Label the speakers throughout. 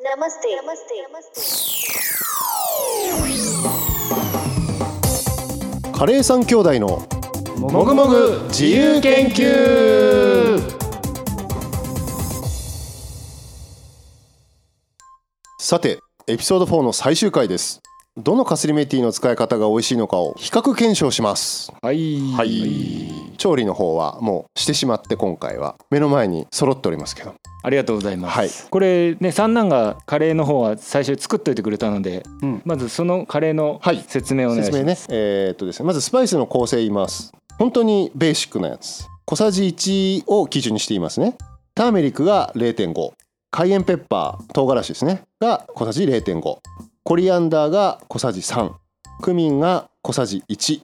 Speaker 1: नमस्ते नमस्ते नमस्ते
Speaker 2: カレー三兄弟の
Speaker 3: も
Speaker 2: もぐもぐ自由研究さてエピソード4の最終回ですどのカスリメティの使い方が美味しいのかを比較検証します
Speaker 3: はい
Speaker 2: はい調理の方はもうしてしまって今回は目の前に揃っておりますけど
Speaker 4: ありがとうございます、
Speaker 2: はい
Speaker 4: これね三男がカレーの方は最初に作っといてくれたので、
Speaker 3: うん
Speaker 4: まずそのカレーの
Speaker 2: はい
Speaker 4: 説明をお願いし
Speaker 2: 説
Speaker 4: ます、
Speaker 2: 明ねえーっとですねまずスパイスの構成言います本当にベーシックなやつ小さじ1を基準にしていますねターメリックが0.5カイエンペッパー唐辛子ですねが小さじ0.5コリアンダーが小さじ3クミンが小さじ1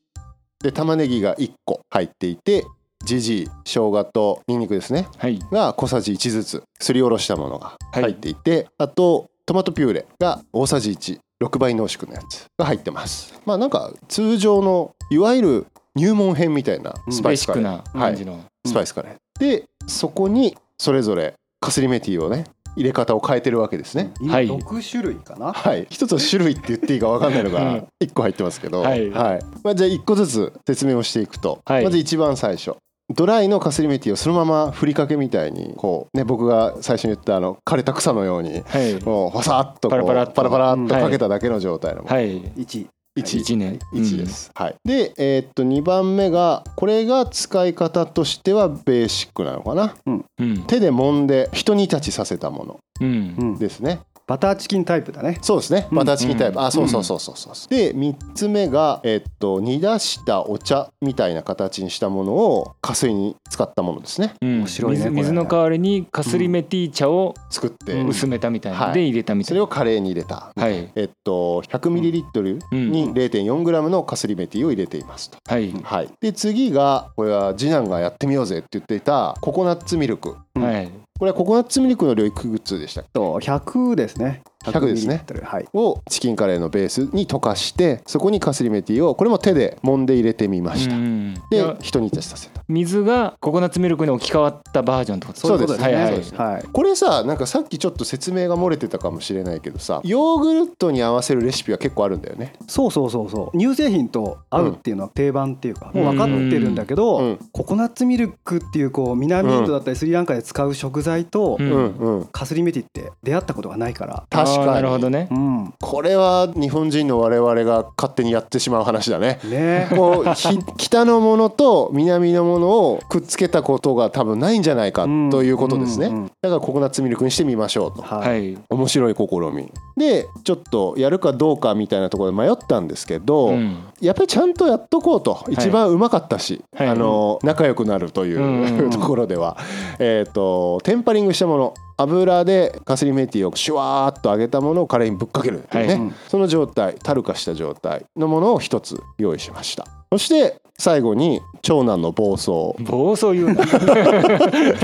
Speaker 2: で玉ねぎが1個入っていてジジイ生姜とニンニクですね
Speaker 4: はい
Speaker 2: が小さじ1ずつすりおろしたものが入っていて、あとトマトピューレが大さじ16倍濃縮のやつが入ってますまあなんか通常のいわゆる入門編みたいなスパ
Speaker 4: ベー
Speaker 2: イス
Speaker 4: シ
Speaker 2: カ
Speaker 4: ック
Speaker 2: レー、
Speaker 4: な感じの、
Speaker 2: スパイスカレーでそこにそれぞれカスリメティをね入れ方を変えてるわけですね、
Speaker 3: 今
Speaker 4: はい
Speaker 3: 六種類かな
Speaker 2: はい一つの種類って言っていいか分かんないの
Speaker 4: う
Speaker 2: が
Speaker 4: ん
Speaker 2: 1個入ってますけど、
Speaker 4: はい
Speaker 2: まあ、じゃあ1個ずつ説明をしていくと、
Speaker 4: はい
Speaker 2: まず一番最初ドライのカスリメティをそのままふりかけみたいにこう、ね、僕が最初に言ったあの枯れた草のように
Speaker 4: はい
Speaker 2: もうほさっとこう
Speaker 4: パラパラっと
Speaker 2: パラパラっと
Speaker 4: はい
Speaker 2: かけただけの状態の
Speaker 4: はい
Speaker 3: 一
Speaker 2: 1
Speaker 4: 1年
Speaker 2: 1です、はい、で、えーっと2番目がこれが使い方としてはベーシックなのかな
Speaker 4: うん
Speaker 2: 手で揉んでひと煮立ちさせたもの
Speaker 4: うん
Speaker 3: うん
Speaker 2: ですね
Speaker 3: バターチキンタイプだね
Speaker 2: そうですね
Speaker 3: うん
Speaker 2: バターチキンタイプ、
Speaker 4: うん
Speaker 2: あそうそうそうそうそう、で3つ目が、えーっと煮出したお茶みたいな形にしたものを加水に使ったものですね
Speaker 4: うん
Speaker 3: 面白いね
Speaker 4: 水
Speaker 3: これ
Speaker 4: 水の代わりにカスリメティ茶を
Speaker 2: 作って、
Speaker 3: うん
Speaker 4: 薄めたみたいな、
Speaker 2: はい
Speaker 4: で入れたみ
Speaker 2: そ
Speaker 4: たい
Speaker 2: れ
Speaker 4: な
Speaker 2: をカレーに入れた、
Speaker 4: はい
Speaker 2: えっと 100ml
Speaker 4: う
Speaker 2: に
Speaker 3: ん
Speaker 2: 0.4g のカスリメティを入れていますと
Speaker 4: はい
Speaker 2: はい、で次がこれは次男がやってみようぜって言っていたココナッツミルク
Speaker 3: うん
Speaker 4: はい
Speaker 2: これはココナッツミルクの量いくつでしたっけ
Speaker 3: と100ですね
Speaker 2: 100ですね
Speaker 3: 100ml はい
Speaker 2: をチキンカレーのベースに溶かしてそこにカスリメティをこれも手で揉んで入れてみました、
Speaker 4: うん
Speaker 2: で一煮立ちさせた
Speaker 4: 水がココナッツミルクに置き換わったバージョンってこと
Speaker 2: そうです
Speaker 4: はいはい
Speaker 2: そうです
Speaker 3: はい
Speaker 2: これさなんかさっきちょっと説明が漏れてたかもしれないけどさヨーグルトに合わせるレシピは結構あるんだよね
Speaker 3: そうそうそうそう乳製品と合うっていうのは定番っていうか、
Speaker 2: うん
Speaker 3: もう分かってるんだけど、
Speaker 2: うん
Speaker 3: ココナッツミルクっていうこう南インドだったりスリランカで使う食材と、
Speaker 4: うん
Speaker 2: うんうん
Speaker 3: カスリメティって出会ったことがないから、
Speaker 4: あー
Speaker 2: 確かに
Speaker 4: なるほどね
Speaker 3: うん、
Speaker 2: これは日本人の我々が勝手にやってしまう話だね
Speaker 3: ね
Speaker 2: こう ひ北のものと南のものをくっつけたことが多分ないんじゃないか
Speaker 3: うん
Speaker 2: ということですね、
Speaker 3: うんうん
Speaker 2: だからココナッツミルクにしてみましょうと
Speaker 3: は、
Speaker 4: はいい
Speaker 2: 面白い試みでちょっとやるかどうかみたいなところで迷ったんですけど、
Speaker 4: うん
Speaker 2: やっぱりちゃんとやっとこうと一番うまかったし、
Speaker 4: はい
Speaker 2: あの仲良くなるという、
Speaker 4: うんうん
Speaker 2: ところでは、えー、とテンパリングしたもの油でカスリメティをシュワーっと揚げたものをカレーにぶっかけるというね、
Speaker 4: はい
Speaker 3: うん
Speaker 2: その状態たるかした状態のものを一つ用意しましたそして最後に長男の暴 走
Speaker 4: 暴走言うな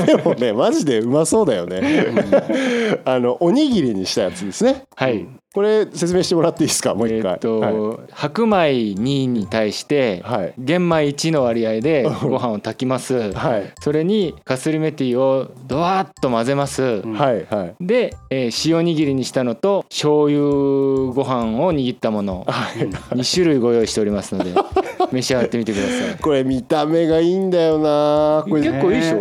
Speaker 2: でもねマジでうまそうだよね あのおにぎりにしたやつですね
Speaker 4: はい
Speaker 2: これ説明してもらっていいですかもう一
Speaker 4: え
Speaker 2: 回、
Speaker 4: ーっと、白米2に対して、
Speaker 2: はいはい
Speaker 4: 玄米1の割合で
Speaker 2: うん
Speaker 4: ご飯を炊きます
Speaker 2: はい
Speaker 4: それにカスリメティをドワーッと混ぜます
Speaker 3: うん
Speaker 2: はいはい
Speaker 4: で、えー塩握りにしたのと醤油ご飯を握った もの
Speaker 2: はい
Speaker 4: 2種類ご用意しておりますので召し上がってみてください
Speaker 2: これ見た目がいいんだよなこれ
Speaker 4: 結構いいでしょ、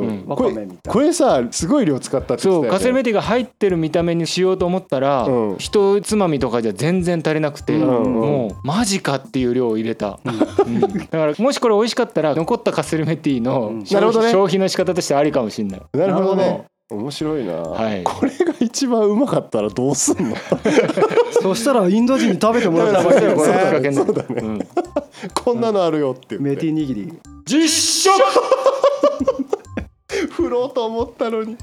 Speaker 2: うん、
Speaker 4: うん
Speaker 3: わ
Speaker 2: こ
Speaker 3: か
Speaker 2: れ
Speaker 3: めみたい
Speaker 2: これさすごい量使ったって言
Speaker 4: そ
Speaker 2: ってた
Speaker 4: う
Speaker 2: よね
Speaker 4: カスリメティが入ってる見た目にしようと思ったら、
Speaker 2: うん
Speaker 4: 一つまみとかじゃ全然足りなくて、
Speaker 3: うん
Speaker 4: もうマジかっていう量を入れた、うんだからもしこれ美味しかったら残ったカスルメティー
Speaker 3: う
Speaker 4: の
Speaker 3: ん
Speaker 2: なる
Speaker 4: 消
Speaker 2: ほど
Speaker 4: 費,、
Speaker 2: ね
Speaker 4: の仕方としてありかもしれない
Speaker 2: なるほど
Speaker 3: なる
Speaker 2: ね面白いな、
Speaker 4: はい
Speaker 2: これが一番うまかったらどうす んの
Speaker 3: そしたらインド人に食べてもらった
Speaker 2: そ
Speaker 3: 方
Speaker 2: う
Speaker 3: がい
Speaker 2: だね
Speaker 3: いよこ
Speaker 4: そうだ
Speaker 3: れ
Speaker 4: ね
Speaker 2: そうだね
Speaker 4: うん
Speaker 2: こんなのあるよって言
Speaker 3: メ
Speaker 2: っ
Speaker 3: テ
Speaker 2: て
Speaker 3: ィ握り
Speaker 4: 実食
Speaker 2: 振ろうと思ったのに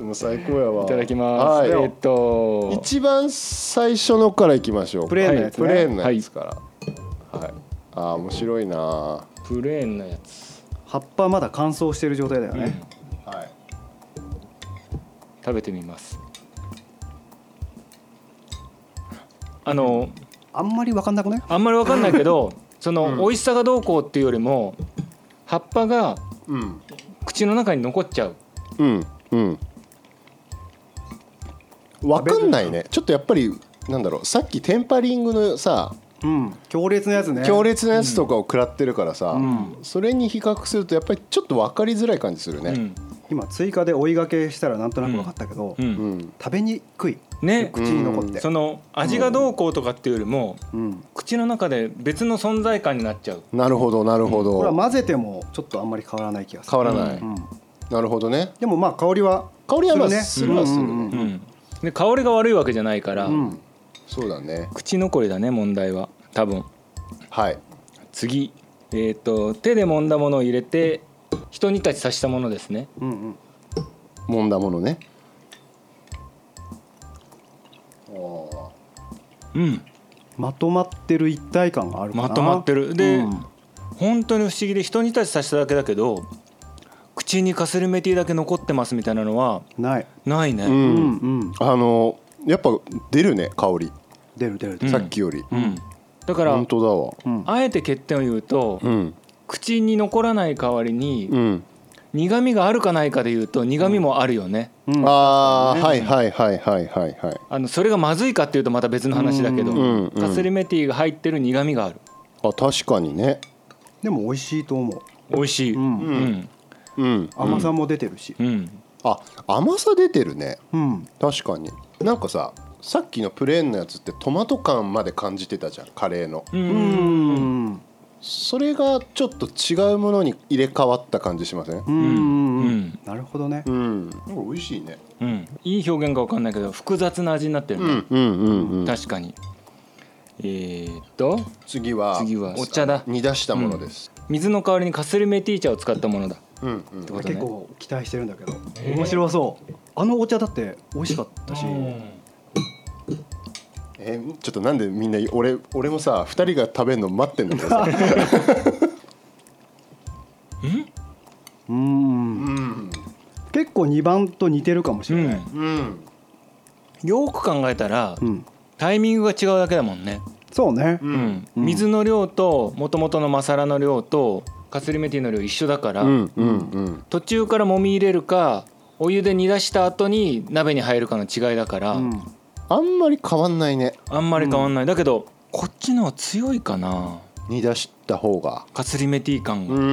Speaker 2: もう最高やわ
Speaker 4: いただきます、
Speaker 2: はい
Speaker 4: えっと
Speaker 2: 一番最初のからいきましょう
Speaker 3: プレーンのやつね、
Speaker 2: プレーンのやつからはい、あー面白いなは
Speaker 4: プレーンのやつ、
Speaker 3: 葉っぱまだ乾燥してる状態だよ
Speaker 4: うん
Speaker 3: ね、
Speaker 2: い
Speaker 4: 食べてみますあの
Speaker 3: あんまりわかんなくない
Speaker 4: あんまりわかんないけどそ
Speaker 2: うん
Speaker 4: の美味しさがどうこうっていうよりも葉っぱが
Speaker 2: うん
Speaker 4: 口の中に残っちゃう
Speaker 2: うんうん分かんないねちょっとやっぱりなんだろうさっきテンパリングのさ
Speaker 3: うん強烈なやつね
Speaker 2: 強烈なやつとかを食らってるからさ、
Speaker 3: うん
Speaker 2: それに比較するとやっぱりちょっと分かりづらい感じする
Speaker 4: う
Speaker 2: ね、
Speaker 4: ん
Speaker 3: 今追加で追いがけしたらなんとなく分かったけど、
Speaker 4: う
Speaker 2: うん
Speaker 4: ん
Speaker 3: 食べにくい
Speaker 4: ね
Speaker 3: 口に残って
Speaker 4: その味がどうこうとかっていうよりも
Speaker 3: うん
Speaker 4: 口の中で別の存在感になっちゃう
Speaker 2: なるほどなるほど、
Speaker 3: これは混ぜてもちょっとあんまり変わらない気がす
Speaker 2: 変
Speaker 3: る
Speaker 2: わらない、
Speaker 3: うん
Speaker 2: なるほどね
Speaker 3: でもまあ香りは
Speaker 2: 香りはまあ
Speaker 3: する
Speaker 2: する
Speaker 3: ね
Speaker 2: はする、
Speaker 3: うんうん
Speaker 4: うんで香りが悪いわけじゃないから
Speaker 3: うん
Speaker 2: そうだね
Speaker 4: 口残りだね問題は多分
Speaker 2: はい
Speaker 4: 次えっと手で揉んだものを入れて人にたち刺したものですね
Speaker 3: うんうん
Speaker 2: 揉んだものね
Speaker 4: うん
Speaker 3: まとまってる一体感があるかな
Speaker 4: まとまってるで
Speaker 3: うん
Speaker 4: 本当に不思議で人にたち刺しただけだけど口にカスルメティだけ残ってますみたいなのは
Speaker 3: ない
Speaker 4: ないね、
Speaker 2: うん
Speaker 3: うんうん
Speaker 2: あのやっぱ出るね香り、
Speaker 3: 出る出る出
Speaker 4: うん
Speaker 3: る
Speaker 2: さっきより、
Speaker 4: うんだから
Speaker 2: 本当だわ
Speaker 3: うん
Speaker 4: あえて欠点を言うと、
Speaker 2: うん
Speaker 4: 口に残らない代わりに、
Speaker 2: うん、
Speaker 4: 苦味があるかないかで言うと苦味もあるよね、
Speaker 3: うん
Speaker 2: ああ、はいはいはいはいはいはい
Speaker 4: あのそれがまずいかっていうとまた別の話だけど、
Speaker 3: うん
Speaker 2: うん
Speaker 4: カスルメティが入ってる苦味がある
Speaker 2: あ確かにね
Speaker 3: でも美味しいと思
Speaker 4: 美味しい、
Speaker 3: う
Speaker 4: う
Speaker 3: う
Speaker 4: ん
Speaker 3: ん
Speaker 4: うん
Speaker 2: うん
Speaker 3: 甘さも出てるし
Speaker 2: あ甘さ出てるね
Speaker 3: うん
Speaker 2: 確かになんかささっきのプレーンのやつってトマト感まで感じてたじゃんカレーの
Speaker 4: うん
Speaker 3: うん
Speaker 2: それがちょっと違うものに入れ替わった感じしません
Speaker 3: う
Speaker 4: うんうんん
Speaker 3: なるほどね
Speaker 2: うんなんか美味しいね
Speaker 4: うんいい表現か分かんないけど複雑な味になってる
Speaker 2: う
Speaker 4: ね
Speaker 2: ん、うんうんうん
Speaker 4: 確かにえー、っと
Speaker 2: 次は
Speaker 4: 次はお茶だ
Speaker 2: 煮出したものです、
Speaker 4: 水の代わりにカスルメティ茶を使ったものだっ
Speaker 2: うんうん
Speaker 4: てことね
Speaker 3: 結構期待してるんだけど面白そうあのお茶だって美味しかったし
Speaker 2: えーちょっとなんでみんな俺俺もさ2人が食べるの待ってんだけどさ う
Speaker 3: うん
Speaker 2: ん
Speaker 3: 結構2番と似てるかもし
Speaker 4: う
Speaker 3: れない
Speaker 4: ん
Speaker 2: うん
Speaker 4: よく考えたら
Speaker 3: うん
Speaker 4: タイミングが違うだけだもんね、
Speaker 3: そうね
Speaker 2: う
Speaker 4: うんん、水の量ともともとのマサラの量とカスリメティの量一緒だから、
Speaker 2: うんうんうん
Speaker 4: 途中からもみ入れるかお湯で煮出した後に鍋に入るかの違いだから、
Speaker 3: うん
Speaker 2: あんまり変わんないね
Speaker 4: あんまり変わんない、だけどこっちのは強いかな
Speaker 2: 煮出した方が
Speaker 4: カスリメティ感
Speaker 2: う
Speaker 4: が、
Speaker 2: んうんう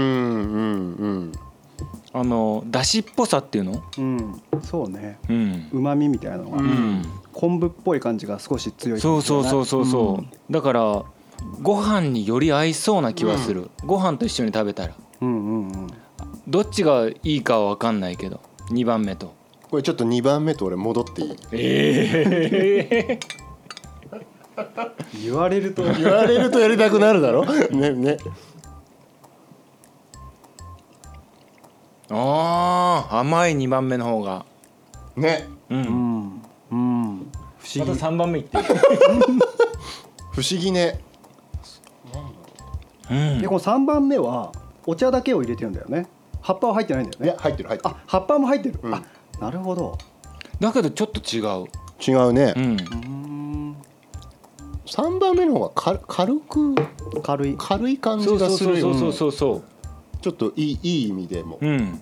Speaker 2: ん
Speaker 4: あのだしっぽさっていうの
Speaker 3: うんそうね
Speaker 4: うん、
Speaker 3: うまみみたいなの
Speaker 2: う
Speaker 4: う
Speaker 3: が
Speaker 4: ん、
Speaker 3: 昆布っぽい感じが少し強いか
Speaker 4: そ
Speaker 3: も
Speaker 4: う
Speaker 3: し
Speaker 4: そう
Speaker 3: れない
Speaker 4: そうそうそう、
Speaker 3: ん
Speaker 4: だからご飯により合いそうな気はする、ご飯と一緒に食べたら
Speaker 3: うんうんうん
Speaker 4: どっちがいいかは分かんないけど2番目と
Speaker 2: これちょっと2番目と俺戻っていい
Speaker 4: ええ
Speaker 3: 言われると
Speaker 2: 言われるとやりたくなるだろ ねね
Speaker 4: ああ甘い2番目の方が
Speaker 2: ね
Speaker 4: うん、
Speaker 3: うんうん不思
Speaker 4: また
Speaker 3: 議
Speaker 4: 3番目いって
Speaker 2: 不思議ね
Speaker 4: う
Speaker 3: で
Speaker 4: ん
Speaker 3: この3番目はお茶だけを入れてるんだよね葉っぱは入ってないんだ
Speaker 2: い
Speaker 3: よね
Speaker 2: や入ってる入ってる
Speaker 3: あ葉っぱも入ってる
Speaker 2: うん
Speaker 3: あなるほど
Speaker 4: だけどちょっと違う
Speaker 2: 違うね
Speaker 4: うん
Speaker 3: うん
Speaker 2: 3番目の方が軽軽く
Speaker 3: 軽い
Speaker 2: 軽い感じ
Speaker 4: そう
Speaker 2: が
Speaker 4: そう
Speaker 2: す
Speaker 4: そ
Speaker 2: る
Speaker 4: うそ
Speaker 2: よ
Speaker 4: うそうそうそ
Speaker 2: ちょっといいいい意味でも
Speaker 4: ううん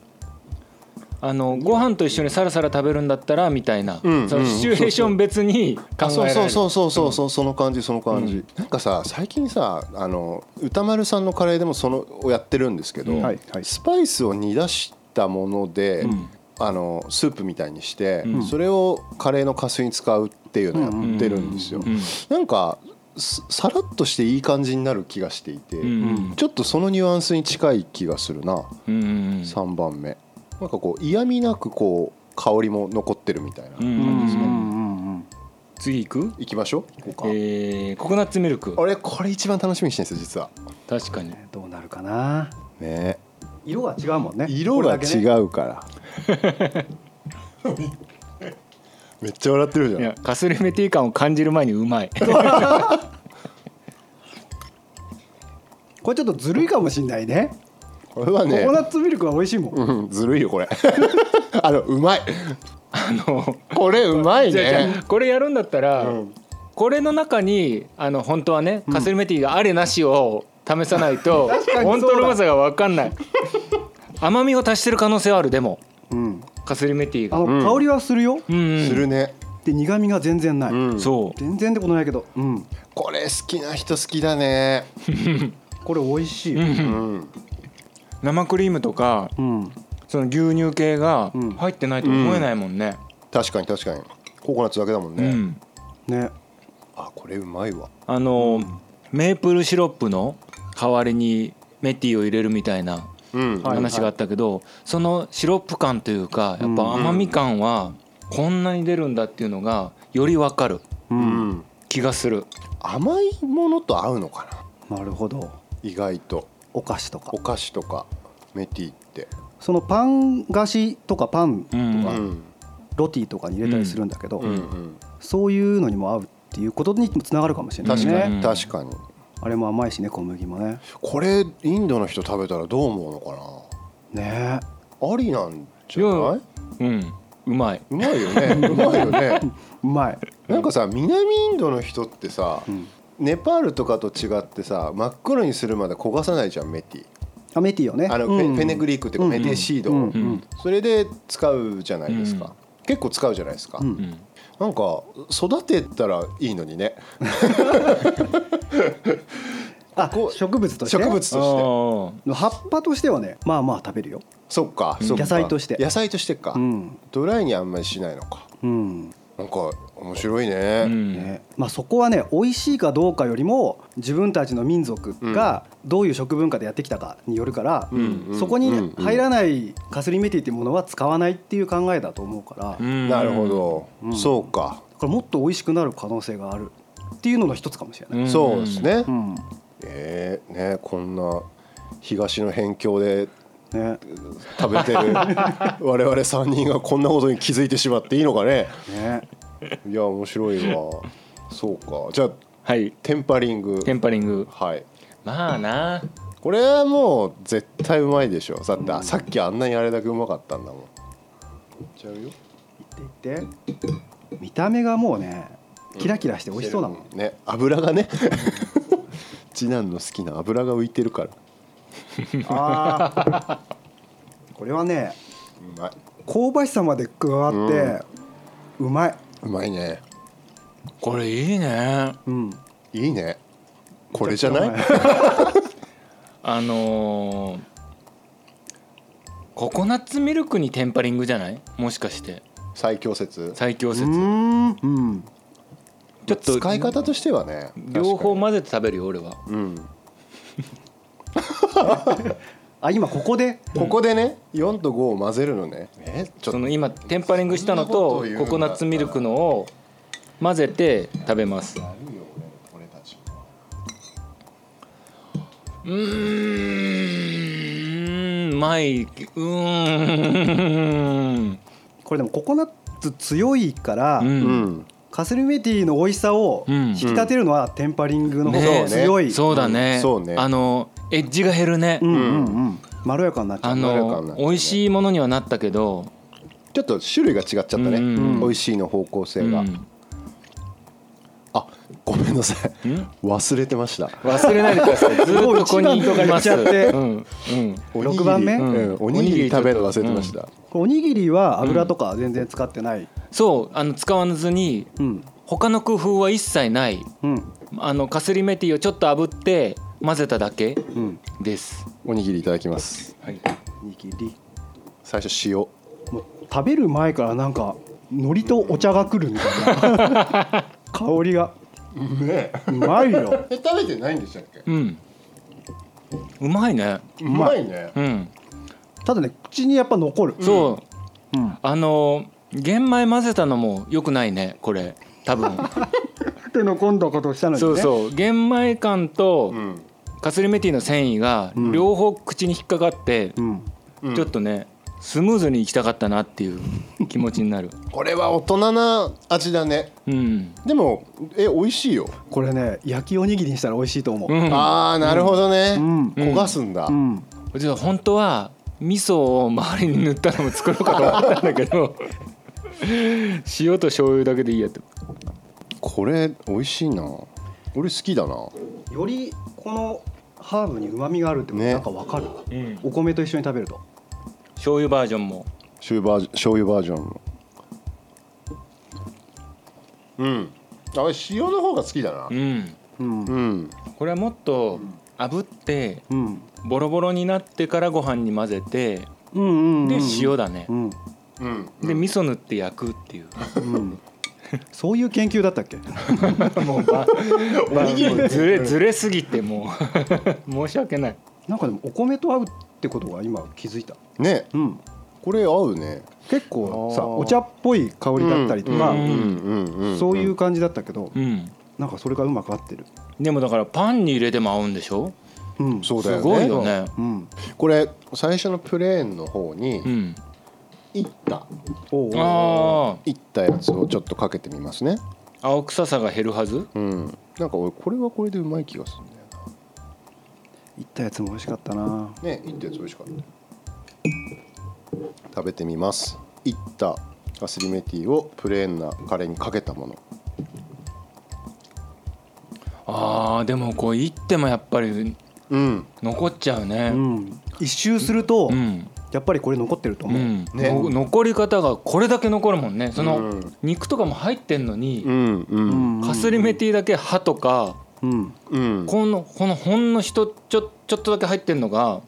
Speaker 4: あのご飯と一緒にサラサラ食べるんだったらみたいな、
Speaker 2: うん
Speaker 4: そのシチュエーション別に考
Speaker 2: あ
Speaker 4: えら
Speaker 2: そう
Speaker 4: れる
Speaker 2: そうそうそうそうそうその感じその感じ、なんかさ最近さあの歌丸さんのカレーでもそのをやってるんですけど、
Speaker 4: うん
Speaker 3: はいはい
Speaker 2: スパイスを煮出したもので、
Speaker 4: うん
Speaker 2: あのスープみたいにして、
Speaker 4: うん
Speaker 2: それをカレーのかすに使うっていうのをやってるんですよ、
Speaker 4: うん
Speaker 2: なんかすさらっとしていい感じになる気がしていて、
Speaker 4: うん
Speaker 2: ちょっとそのニュアンスに近い気がするな、
Speaker 4: うんうん
Speaker 2: 3番目なんかこう嫌味なくこう香りも残ってるみたいな、
Speaker 4: う
Speaker 3: うん
Speaker 4: ん
Speaker 3: うんうん
Speaker 4: 次いく
Speaker 2: いきましょうこうか、
Speaker 4: えーココナッツミルク
Speaker 2: 俺これ一番楽しみにしてるんですよ実は
Speaker 4: 確かに
Speaker 3: ねどうなるかな
Speaker 2: ね
Speaker 3: 色が違うもんね
Speaker 2: 色が違
Speaker 3: う
Speaker 2: うから めっちゃ笑ってるじゃ
Speaker 4: い
Speaker 2: ん
Speaker 4: やカスルメティ感を感じる前にうまい
Speaker 3: これちょっとずるいかもしんないね
Speaker 2: これは
Speaker 3: コ
Speaker 2: ね
Speaker 3: コナッツミルクは美味しいもん
Speaker 2: うんずるいよ これあのうまい
Speaker 4: あの
Speaker 2: これうまい
Speaker 4: じゃあじゃ
Speaker 2: ね
Speaker 4: あこれやるんだったら、
Speaker 2: うん
Speaker 4: これの中にあの本当はねカスルメティがあれなしを試さない と
Speaker 3: かにそうだ
Speaker 4: 本当のうまさが分かんない甘みを足してる可能性はあるでも
Speaker 3: うん
Speaker 4: カスルメティ
Speaker 3: あ
Speaker 4: が
Speaker 3: の香りはするよ
Speaker 4: うんうん
Speaker 2: するね
Speaker 3: って苦味が全然ない、
Speaker 2: うん、
Speaker 4: そう
Speaker 3: 全然ってことないけど、うん、
Speaker 2: これ好きな人好きだね、
Speaker 3: これ美味しい、
Speaker 2: う
Speaker 4: うん
Speaker 2: ん、
Speaker 4: 生クリームとか
Speaker 3: うん、
Speaker 4: その牛乳系が
Speaker 3: うん
Speaker 4: 入ってないと思えないもんね
Speaker 2: 確かに確かにココナッツだけだもん
Speaker 4: う
Speaker 2: ね、
Speaker 4: ん、
Speaker 3: ね
Speaker 2: あこれうまいわ
Speaker 4: あのメープルシロップの代わりにメティーを入れるみたいな
Speaker 2: うん、
Speaker 3: はい
Speaker 4: 話があったけど、そのシロップ感というかやっぱ甘み感はこんなに出るんだっていうのがよりわかる
Speaker 3: う、
Speaker 2: うんん、
Speaker 4: 気がする
Speaker 2: 甘いものと合うのかな
Speaker 3: なるほど
Speaker 2: 意外と
Speaker 3: お菓子とか
Speaker 2: お菓子とかメティって、
Speaker 3: そのパン菓子とかパンとか、
Speaker 4: うん
Speaker 2: うん
Speaker 3: ロティとかに入れたりするんだけど、
Speaker 2: うんうん、
Speaker 3: そういうのにも合うっていうことにもつながるかもしれない
Speaker 2: 確か
Speaker 3: ね
Speaker 2: に、
Speaker 4: うん
Speaker 2: 確かに
Speaker 3: あれも甘いしね小麦もね
Speaker 2: これインドの人食べたらどう思うのか
Speaker 3: ね
Speaker 2: なありなんじゃない
Speaker 4: うんうまいう
Speaker 2: まいよ ねうまいよね
Speaker 3: うまい、
Speaker 2: なんかさ南インドの人ってさ、
Speaker 3: うん、
Speaker 2: ネパールとかと違ってさ真っ黒にするまで焦がさないじゃんメティ
Speaker 3: アメティよね
Speaker 2: あの、
Speaker 3: うん
Speaker 2: フェフェネグリークっていうか、
Speaker 3: うん
Speaker 2: メティシードを、
Speaker 3: うん
Speaker 4: うん
Speaker 2: それで使うじゃないですか、結構使うじゃないですか、
Speaker 3: うん
Speaker 4: うん
Speaker 2: なんか育てたらいいのにね
Speaker 3: あ
Speaker 2: こう
Speaker 3: 植物として
Speaker 2: 植物と
Speaker 4: あ
Speaker 2: して
Speaker 4: ー
Speaker 3: 葉っぱとしてはねまあまあ食べるよ
Speaker 2: そっかそっか
Speaker 3: 野菜として
Speaker 2: 野菜としてか、
Speaker 3: うん
Speaker 2: ドライにあんまりしないのか
Speaker 3: うん
Speaker 2: なんか面白いうね、
Speaker 4: ん
Speaker 3: ねまあ、そこはね美味しいかどうかよりも自分たちの民族がどういう食文化でやってきたかによるから、
Speaker 2: うんうん
Speaker 3: そこにね、
Speaker 2: うんうん
Speaker 3: 入らないカスリメティっていうものは使わないっていう考えだと思うから、
Speaker 4: う
Speaker 3: こ
Speaker 4: ん
Speaker 2: なるほど、
Speaker 3: うん
Speaker 2: そうか、
Speaker 3: れもっと美味しくなる可能性があるっていうのの一つかもしれない。
Speaker 4: ん
Speaker 2: そうですね、
Speaker 3: うん
Speaker 2: えー、ねこんな東の辺境で
Speaker 3: ね
Speaker 2: 食べてる我々3人がこんなことに気づいてしまっていいのかね
Speaker 3: ね
Speaker 2: いや面白いわそうかじゃあ
Speaker 4: はい
Speaker 2: テンパリング
Speaker 4: テンパリング
Speaker 2: はい
Speaker 4: まあな
Speaker 2: これはもう絶対うまいでしょだってさっきあんなにあれだけうまかったんだもんいっちゃうよ
Speaker 3: 言って言って見た目がもうねキラキラして美味しそうだもん、
Speaker 2: ね油がね 次男の好きな油が浮いてるから
Speaker 3: あーこれはね
Speaker 2: うまい
Speaker 3: 香ばしさまで加わって、うまい、
Speaker 2: うまいね
Speaker 4: これいいね
Speaker 3: うん、
Speaker 2: いいねこれじゃない
Speaker 3: めちゃくち
Speaker 4: あのーココナッツミルクにテンパリングじゃないもしかして
Speaker 2: 最強説
Speaker 4: 最強
Speaker 3: ゃう
Speaker 4: 説
Speaker 3: まいうーんうん
Speaker 4: ちょっと
Speaker 2: 使い方としてはね
Speaker 4: 両方
Speaker 2: 確
Speaker 4: 混ぜて食べるよ俺は
Speaker 2: かにうん
Speaker 3: あ今ここで
Speaker 2: ここでね4と5を混ぜるのねえちょっ
Speaker 4: そ
Speaker 2: と
Speaker 4: の今テンパリングしたのと
Speaker 2: そんなこと言うんだ
Speaker 4: ココナッツミルクのを混ぜて食べます
Speaker 2: 俺たち
Speaker 4: うーんうまいうーん
Speaker 3: これでもココナッツ強いから、
Speaker 4: う
Speaker 2: うんん
Speaker 3: カスルメティの美味しさを
Speaker 4: うん
Speaker 3: 引き立てるのはテンパリングの方
Speaker 4: ね
Speaker 3: が強い、
Speaker 4: そうだ
Speaker 2: う
Speaker 4: ね
Speaker 2: んそうね
Speaker 4: あのエッジが減るね
Speaker 3: うんうんうんまろやかになっちゃ
Speaker 4: あ
Speaker 3: う
Speaker 2: まろやかになっ
Speaker 4: の
Speaker 2: てね
Speaker 4: 美味しいものにはなったけど
Speaker 2: ちょっと種類が違っちゃったね、
Speaker 4: うん
Speaker 3: うん
Speaker 2: 美味しいの方向性が、
Speaker 4: うん
Speaker 2: あごめんなさい
Speaker 4: ん
Speaker 2: 忘れてました
Speaker 4: 忘れないでください。ずっとここにいま
Speaker 3: もう一番言っちゃって
Speaker 4: す。うん、うん、
Speaker 2: おにぎり
Speaker 3: 六番目
Speaker 2: うんおにぎり食べるの忘れてました、
Speaker 3: おにぎりは油とか全然使ってない、
Speaker 4: そう、あの使わずに、
Speaker 3: うん
Speaker 4: 他の工夫は一切ない。
Speaker 3: うん
Speaker 4: あのカスリメティをちょっと炙って、混ぜただけ
Speaker 3: うん
Speaker 4: です。
Speaker 2: おにぎりいただきます
Speaker 4: はい。
Speaker 3: おにぎり
Speaker 2: 最初塩
Speaker 3: もう食べる前からなんか海苔とお茶が来るみたいな香りが
Speaker 2: ね
Speaker 3: うまいよ
Speaker 2: え食べてないんでしたっけ
Speaker 4: うん。うまいね。
Speaker 2: うまいね
Speaker 4: うん。
Speaker 3: ただね口にやっぱ残る
Speaker 4: そう、
Speaker 3: うん
Speaker 4: あの玄米混ぜたのも良くないね。これ。多分。
Speaker 3: 手の込んだことをしたのにね
Speaker 4: そうそう、玄米感と
Speaker 2: う。ん、
Speaker 4: カスリメティの繊維が
Speaker 3: うん
Speaker 4: 両方口に引っかかって、
Speaker 3: うん
Speaker 2: うん
Speaker 4: ちょっとねスムーズに行きたかったなっていう気持ちになる
Speaker 2: これは大人な味だね
Speaker 4: うん、
Speaker 2: でもえ美味しいよ、
Speaker 3: これね焼きおにぎりにしたら美味しいと思う
Speaker 4: うん、
Speaker 2: ああなるほどね、
Speaker 3: うん
Speaker 2: 焦がすんだ、
Speaker 3: うん
Speaker 4: 実は本当は味噌を周りに塗ったのも作ろうかと思ったんだけど塩と醤油だけでいいやと
Speaker 2: これ美味しいな俺好きだな
Speaker 3: よりこのハーブにうまみがあるってこと
Speaker 2: ね
Speaker 3: なんかわかる、
Speaker 4: ん
Speaker 3: お米と一緒に食べると
Speaker 4: 醤油バージョンも
Speaker 2: 醤油バージョン醤油バージョンうんあ俺塩の方が好きだな
Speaker 4: うん
Speaker 3: うん
Speaker 2: うん
Speaker 4: これはもっと炙って
Speaker 3: うん
Speaker 4: ボロボロになってからご飯に混ぜて
Speaker 3: うんうんうん
Speaker 4: で塩だね
Speaker 3: うん
Speaker 2: うん
Speaker 4: で味噌塗って焼くっていう
Speaker 3: うんそういう研究だったっけ
Speaker 4: もうば
Speaker 2: おにぎり
Speaker 4: もうずれずれすぎてもう 申し訳ない
Speaker 3: なんかでもお米と合うってことは今気づいた
Speaker 2: ね
Speaker 3: うん
Speaker 2: これ合うね
Speaker 3: 結構
Speaker 2: あ
Speaker 3: さ
Speaker 2: ー
Speaker 3: お茶っぽい香りだったりとか
Speaker 4: うんうん
Speaker 3: そういう感じだったけど
Speaker 4: うん
Speaker 3: なんかそれがうまく合ってる
Speaker 4: でもだからパンに入れても合うんでしょ
Speaker 3: うん
Speaker 2: そうだよ
Speaker 4: す
Speaker 2: ね
Speaker 4: ごいよね
Speaker 3: うん
Speaker 2: これ最初のプレーンの方
Speaker 4: う
Speaker 2: に
Speaker 4: ん
Speaker 2: いった
Speaker 3: おう
Speaker 4: ああ
Speaker 2: いったやつをちょっとかけてみますね
Speaker 4: 青臭さが減るはず
Speaker 2: うんなんか俺これはこれでうまい気がするんだよ
Speaker 3: いったやつも美味しかったな
Speaker 2: なねいったやつ美味しかった食べてみますいったアスリメティをプレーンなカレーにかけたもの
Speaker 4: あーでもこういってもやっぱり
Speaker 2: うん
Speaker 4: 残っちゃうね
Speaker 3: うん一周すると
Speaker 4: うん
Speaker 3: やっぱりこれ残ってると
Speaker 4: う
Speaker 3: 思うん
Speaker 2: ね
Speaker 4: の残り方がこれだけ残るもんねそうの
Speaker 2: ん
Speaker 4: 肉とかも入ってんのに
Speaker 2: うんうん
Speaker 4: かすりメティだけ歯とか
Speaker 3: うん
Speaker 2: うん
Speaker 4: このこのほんのひとちょちょっとだけ入ってんのが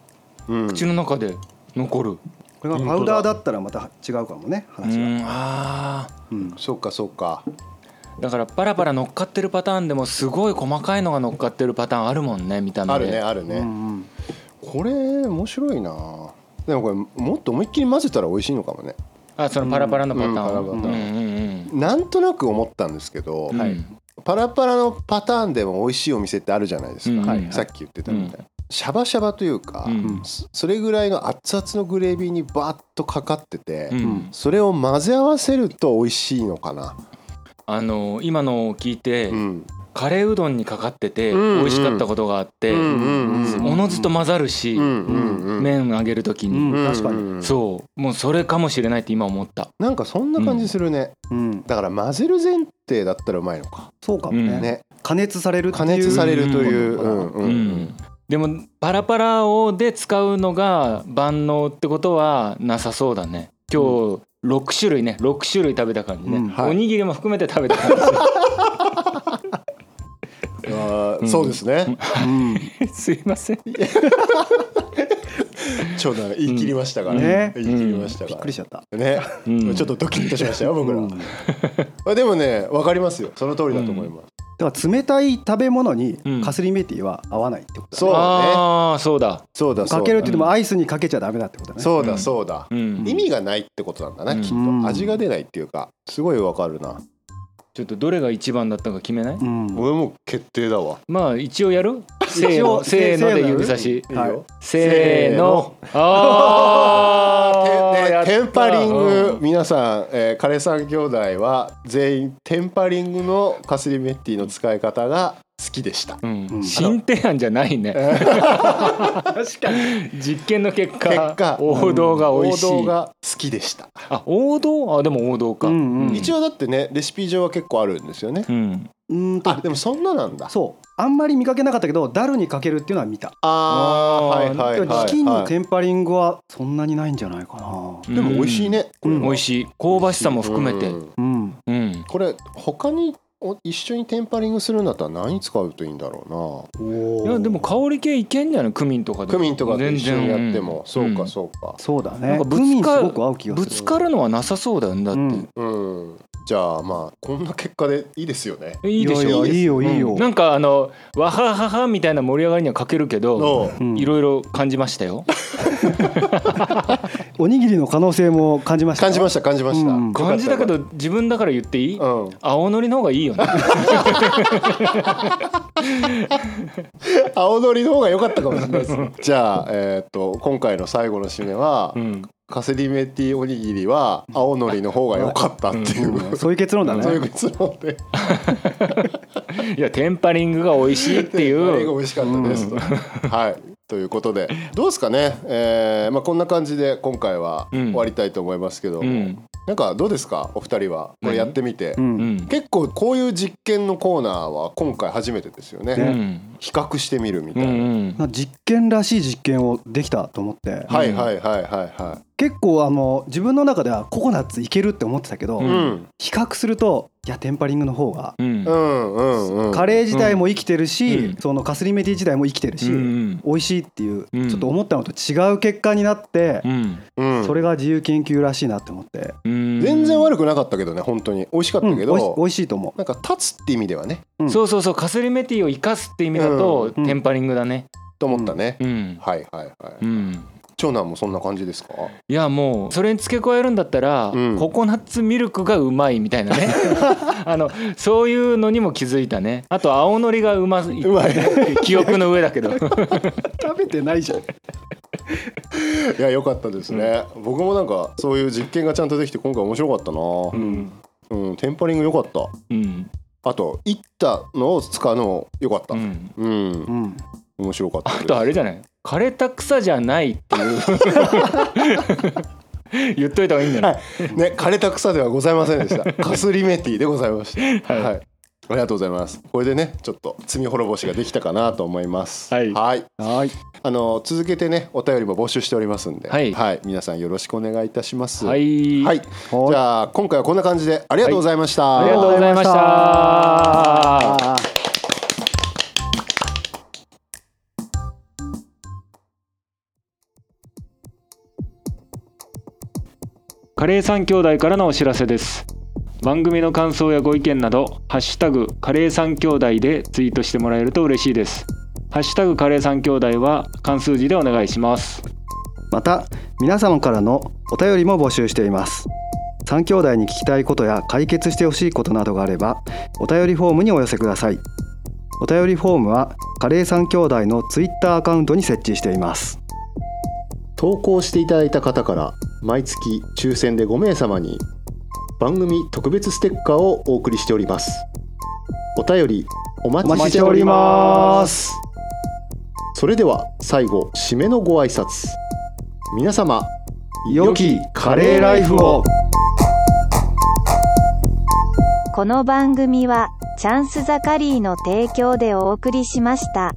Speaker 2: うん
Speaker 4: 口の中で残る
Speaker 3: これがパウダーだったらまた違うかもね
Speaker 4: う
Speaker 3: 話が
Speaker 4: んあ
Speaker 3: うん
Speaker 2: そうかそうか
Speaker 4: ーだからパラパラ乗っかってるパターンでもすごい細かいのが乗っかってるパターンあるもんね見た目で
Speaker 2: あるねあるね、
Speaker 3: うんうん
Speaker 2: これ面白いなでもこれもっと思いっきり混ぜたら美味しいのかもね
Speaker 4: あそのパラパラのパター
Speaker 2: う
Speaker 4: ン、
Speaker 2: ん
Speaker 4: う
Speaker 2: うん
Speaker 4: ん
Speaker 2: パラ
Speaker 4: う
Speaker 2: パラ
Speaker 4: ん
Speaker 2: なんとなく思ったんですけど、
Speaker 4: うん、はい
Speaker 2: パラパラのパターンでも美味しいお店ってあるじゃないですか、
Speaker 4: うんはい
Speaker 2: さっき言ってたみたいな、シャバシャバというか、
Speaker 4: うん
Speaker 2: そそれぐらいの熱々のグレービーにバーッとかかってて、
Speaker 4: うん
Speaker 2: それを混ぜ合わせると美味しいのかな、
Speaker 4: あの今のを聞いて、
Speaker 2: うん
Speaker 4: カレーうどんにかかってて
Speaker 2: うんうん
Speaker 4: 美味しかったことがあって、
Speaker 2: うんうんうん
Speaker 4: おのずと混ざるし、
Speaker 2: うんうんうん
Speaker 4: 麺揚げる時
Speaker 3: う
Speaker 4: に、
Speaker 3: ん確かに
Speaker 2: うん
Speaker 4: そうもうそれかもしれないって今思った
Speaker 2: なんかそんな感じするね、
Speaker 3: うん
Speaker 2: だから混ぜる前提だったらうまいのか、
Speaker 3: そうかもね
Speaker 4: うん
Speaker 2: ね
Speaker 3: 加熱されるっていう
Speaker 2: 加熱されるという、
Speaker 3: う
Speaker 2: うんんうん
Speaker 4: う
Speaker 2: うん
Speaker 4: んでもパラパラをで使うのが万能ってことはなさそうだね今日6種類ね6種類食べた感じね、
Speaker 3: うん
Speaker 2: はい
Speaker 4: おにぎりも含めて食べた感
Speaker 2: あーそうですね、
Speaker 3: うん
Speaker 4: じすいません
Speaker 2: ちょうど言い切りましたから、
Speaker 3: うんね
Speaker 2: 言い切りましたか
Speaker 3: びっ
Speaker 2: ら、
Speaker 3: くりしちゃった
Speaker 2: ね、
Speaker 4: うん
Speaker 2: ちょっとドキッとしましたよ僕ら、
Speaker 3: うん
Speaker 2: あでもね分かりますよその通りだと思います、
Speaker 3: だから冷たい食べ物に
Speaker 4: うん
Speaker 3: カスリメティは合わないってことだ
Speaker 2: そうね
Speaker 4: ああそうだ
Speaker 2: そうだそうだ
Speaker 3: かけるっていうの
Speaker 4: う
Speaker 3: も
Speaker 4: ん
Speaker 3: アイスにかけちゃダメだってことだね
Speaker 2: そう
Speaker 4: う
Speaker 2: だ
Speaker 4: ん
Speaker 2: そうだ、
Speaker 4: うん
Speaker 2: 意味がないってことなんだな、
Speaker 4: うん
Speaker 2: きっ
Speaker 3: うん
Speaker 2: と味が出ないっていうかすごい分かるな、
Speaker 4: ちょっとどれが一番だったか決めない、
Speaker 3: うん
Speaker 2: 俺もう決定だわ
Speaker 4: まあ一応や るせー
Speaker 3: 応
Speaker 4: のせーので指差し
Speaker 2: いいよ、
Speaker 4: せーの
Speaker 2: あ
Speaker 4: あ
Speaker 2: ーて
Speaker 4: ー
Speaker 2: ねテンパリング、
Speaker 4: うん
Speaker 2: 皆さん、えー、カレーさん兄弟は全員テンパリングのカスリメッティの使い方が好きでした
Speaker 4: うん
Speaker 3: うん
Speaker 4: 新提案じゃないね 確かに実験の結果
Speaker 2: 結果
Speaker 4: 王道が 美味しい、
Speaker 2: 王道が好きでした、
Speaker 4: あ王道あでも王道か、
Speaker 3: うんうん
Speaker 2: 一応だってねレシピ上は結構あるんですよね、
Speaker 4: うん
Speaker 3: うんと
Speaker 2: あでもそんななんだ
Speaker 3: そうあんまり見かけなかったけどダルにかけるっていうのは見た
Speaker 2: あーはいはい
Speaker 3: で
Speaker 2: はい、は
Speaker 3: も
Speaker 2: い、
Speaker 3: チキンのテンパリングはそんなにないんじゃないかな
Speaker 2: でも美味しいね、
Speaker 4: うん、
Speaker 2: これ
Speaker 4: 美味しい香ばしさも含めて
Speaker 2: うん
Speaker 3: うん
Speaker 4: うん
Speaker 2: これ他にお一緒にテンパリングするんだったら何使うといいんだろ
Speaker 4: い
Speaker 3: おー
Speaker 4: やでも香り系いけんじゃないクミンとか
Speaker 2: う
Speaker 4: で
Speaker 2: なクミンとかと
Speaker 4: 全
Speaker 2: 一緒に
Speaker 4: 然
Speaker 2: やっても、そうか
Speaker 4: ん
Speaker 2: そうか
Speaker 3: そうだ
Speaker 4: な
Speaker 3: ね
Speaker 4: んかぶつか
Speaker 3: クミンすごく合う気がす
Speaker 4: ぶ
Speaker 3: る
Speaker 4: つかるのはなさそうだよねだって、
Speaker 3: うん
Speaker 2: うん、じゃあまあこんな結果でいいですよね
Speaker 4: いいでしょ
Speaker 3: ややいいよいいよ
Speaker 4: なんかあのわはははみたいな盛り上がりには欠けるけど
Speaker 2: の、
Speaker 3: うん
Speaker 4: いろいろ感じましたよ
Speaker 3: おにぎりの可能性も感じました
Speaker 2: 感じました感じました、
Speaker 3: うん
Speaker 4: 感じだけど自分だから言っていい、
Speaker 2: うん
Speaker 4: 青のりの方がいいよね
Speaker 2: 青のりの方が良かったかもしれないです ねじゃあえっ、と今回の最後の締めは、
Speaker 4: うん
Speaker 2: カセリメティおにぎりは青のりの方が良かったっていう、
Speaker 3: うんそういう結論だ
Speaker 2: そういう
Speaker 3: ね
Speaker 2: 結論で
Speaker 4: いやテンパリングが美味しいってい
Speaker 2: あれが
Speaker 4: う
Speaker 2: 美味しかったですと、はいということでどうですかね、えーまあ、こんな感じで今回は
Speaker 4: うん
Speaker 2: 終わりたいと思いますけど、
Speaker 4: うん
Speaker 2: なんかどうですかお二人はこれやってみて、
Speaker 3: うん
Speaker 4: うん、
Speaker 2: 結構こういう実験のコーナーは今回初めてですよね、
Speaker 4: う
Speaker 3: ね
Speaker 4: ん
Speaker 2: 比較してみるみ
Speaker 4: う
Speaker 2: たいな、
Speaker 4: んうん
Speaker 3: なんか実験らしい実験をできたと思って
Speaker 2: はいはいはいはいはい
Speaker 3: 結構あの自分の中ではココナッツいけるって思ってたけど、
Speaker 4: うん
Speaker 2: うん
Speaker 3: 比較するといやテンパリングの方が、
Speaker 4: うん
Speaker 2: う、んうんうん
Speaker 3: カレー自体も生きてるし、
Speaker 4: うん
Speaker 3: そのカスリメディ自体も生きてるし、
Speaker 4: うん
Speaker 3: 美味しいっていう、
Speaker 4: うん
Speaker 3: ちょっと思ったのと違う結果になって
Speaker 4: う、ん
Speaker 2: うん
Speaker 3: それが自由研究らしいなって思って、
Speaker 4: うん、
Speaker 2: 全然悪くなかったけどね本当に美味しかった
Speaker 3: うん
Speaker 2: け
Speaker 3: 美味し
Speaker 2: ど
Speaker 3: 美味しいと思う
Speaker 2: なんか立つって意味ではね
Speaker 3: うん
Speaker 4: そうそうそうカスリメティを生かすって意味だと、
Speaker 3: うん
Speaker 4: テンパリングだね
Speaker 2: と思ったね
Speaker 4: うん、
Speaker 2: はいはいはい
Speaker 4: うん、
Speaker 2: 長男もそんな感じですか
Speaker 4: いやもうそれに付け加えるんだったら、
Speaker 2: うん
Speaker 4: ココナッツミルクがうまいみたいなね あのそういうのにも気づいたねあと青のりがうまい
Speaker 2: うまい
Speaker 4: 記憶の上だ けど
Speaker 3: 食べてないじゃん
Speaker 2: いや良かったですね僕もなんかそういう実験がちゃんとできて今回面白かったな
Speaker 4: うん、
Speaker 2: うんテンパリング良かった
Speaker 4: うん
Speaker 2: あと行ったのを使うのも良かった
Speaker 4: うん、
Speaker 2: うん
Speaker 3: うん
Speaker 2: 面白かった
Speaker 4: あ
Speaker 2: です
Speaker 4: とあれじゃない枯れた草じゃないって いう言っといた方がいいんじゃない、
Speaker 2: ね、枯れた草ではございませんで した。かすりメティでございました。
Speaker 4: はい
Speaker 2: はい、ありがとうございます。これでね、ちょっと罪滅ぼしができたかなと思います。
Speaker 4: はい
Speaker 3: はい
Speaker 2: あの続けてね、お便りも募集しておりますんで、
Speaker 4: はい
Speaker 2: 皆さんよろしくお願いいたします。
Speaker 4: はい
Speaker 2: はい、じゃあ今回はこんな感じでありがとうございました。
Speaker 4: ありがとうございましたカレー三兄弟からのお知らせです番組の感想やご意見などハッシュタグカレー三兄弟でツイートしてもらえると嬉しいですハッシュタグカレー三兄弟は漢数字でお願いします
Speaker 3: また皆様からのお便りも募集しています三兄弟に聞きたいことや解決してほしいことなどがあればお便りフォームにお寄せくださいお便りフォームはカレー三兄弟のツイッターアカウントに設置しています
Speaker 2: 投稿していただいた方から毎月抽選で5名様に番組特別ステッカーをお送りしておりますお便りお待ちしておりますそれでは最後締めのご挨拶皆様
Speaker 3: 良きカレーライフを
Speaker 1: この番組はチャンスザカリーの提供でお送りしました。